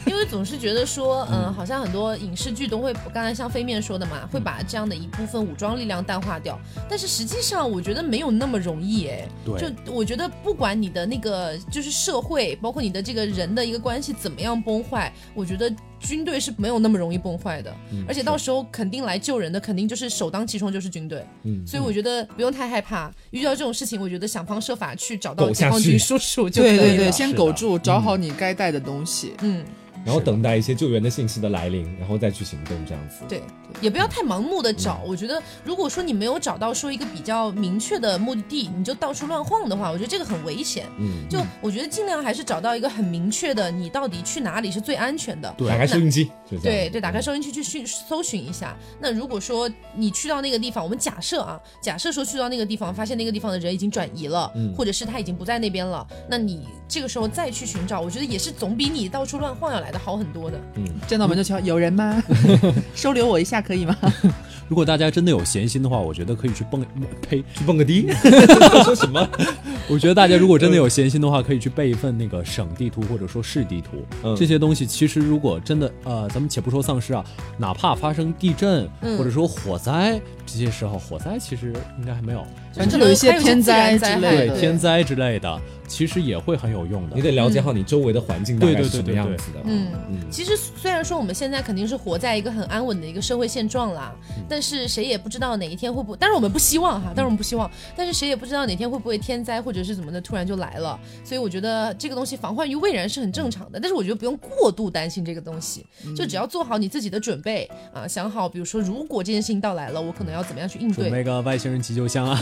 S3: 因为总是觉得说，嗯、好像很多影视剧都会，刚才像飞面说的
S5: 嗯
S3: 嘛，会把这样的一部分武装力量淡化掉。但是实际上，我觉得没有那么容易哎。
S5: 对
S3: 就我觉得，不管你的那个就是社会，包括你的这个人的一个关系怎么样崩坏，我觉得军队是没有那么容易崩坏的。
S2: 嗯
S3: 而且到时候肯定来救人的，肯定就是首当其冲就是军队。
S2: 嗯
S3: 所以我觉得不用太害怕，遇到这种事情，我觉得想方设法去找到
S2: 苟
S3: 解放
S2: 下去
S3: 军叔叔 *laughs* 就可以
S4: 对
S3: 了。
S4: 对对，先
S5: 是
S4: 苟
S5: 的
S4: 住，找好你该带的东西。
S3: 嗯。
S2: 然后等待一些救援的信息的来临，然后再去行动，这样子。
S3: 对，也不要太盲目的找。我觉得，如果说你没有找到说一个比较明确的目的地，你就到处乱晃的话，我觉得这个很危险。
S2: 嗯，
S3: 就我觉得尽量还是找到一个很明确的，你到底去哪里是最安全的。
S5: 对
S2: 打开收音机，就这样
S3: 对对，打开收音机去去搜寻一下。那如果说你去到那个地方，我们假设啊，假设说去到那个地方，发现那个地方的人已经转移了，
S4: 嗯
S3: 或者是他已经不在那边了，那你这个时候再去寻找，我觉得也是总比你到处乱晃要来的好很多的。
S4: 见到门就敲，有人吗？收留我一下可以吗？
S5: 如果大家真的有闲心的话，我觉得可以去蹦， *laughs* 呸，
S2: 去蹦个
S3: *laughs*
S2: 迪。说什么？
S5: 我觉得大家如果真的有闲心的话，可以去备一份那个省地图或者说市地图。
S2: 嗯
S5: 这些东西其实如果真的呃，咱们且不说丧尸啊，哪怕发生地震、
S3: 嗯
S5: 或者说火灾这些时候，火灾其实应该还没有，
S4: 反正有一些天灾之
S3: 对
S4: 类
S5: 对
S4: 的，
S5: 天灾之类的，其实也会很有用的
S2: 你。得了解好你周围的环境大概
S5: 对对
S2: 是什么
S5: 对对
S2: 样
S5: 对
S2: 子的。
S3: 嗯
S2: 嗯，
S3: 其实虽然说我们现在肯定是活在一个很安稳的一个社会现状啦，
S5: 嗯
S3: 但是谁也不知道哪一天会不会，当然我们不希望哈，当然我们不希望，但是谁也不知道哪天会不会天灾或者是怎么的突然就来了，所以我觉得这个东西防患于未然是很正常的，
S5: 嗯
S3: 但是我觉得不用过度担心这个东西，就只要做好你自己的准备啊，想好比如说如果这件事情到来了，我可能要怎么样去应
S5: 准备
S3: 对，
S5: 个外星人急救箱啊，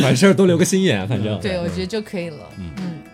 S2: 凡事儿多留个心眼，啊反正。
S3: 对我觉得就可以了，嗯。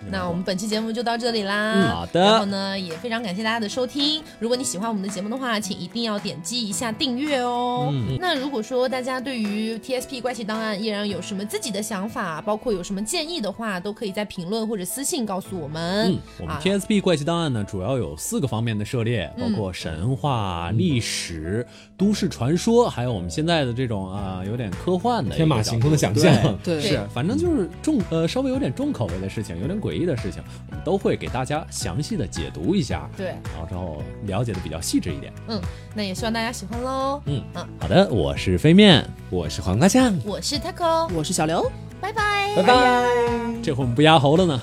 S3: 那我们本期节目就到这里啦。
S5: 嗯好的
S3: 然后呢，也非常感谢大家的收听。如果你喜欢我们的节目的话，请一定要点击一下订阅哦。
S5: 嗯
S3: 那如果说大家对于 TSP 怪奇档案依然有什么自己的想法，包括有什么建议的话，都可以在评论或者私信告诉我们。
S5: 嗯， *laughs* 我们
S3: 啊嗯
S5: TSP 怪奇档案呢，主要有四个方面的涉猎，包括神话、历史、都市传说，还有我们现在的这种啊、有点科幻的一个
S2: 天马行空的
S5: 角度
S2: 想象
S5: 对
S4: 对
S5: 是，反正就是重呃稍微有点重口味的事情，有点诡异的事情，我们都会给大家详细的解读一下，
S3: 对，
S5: 然后之后了解的比较细致一点。
S3: 嗯，那也希望大家喜欢喽。
S2: 嗯
S3: 啊，
S5: 好的，我是飞面，
S2: 我是黄瓜酱，
S3: 我是 Taco，
S4: 我是小刘。
S3: 拜拜。
S2: 拜拜。
S5: 这会我们不压喉了呢。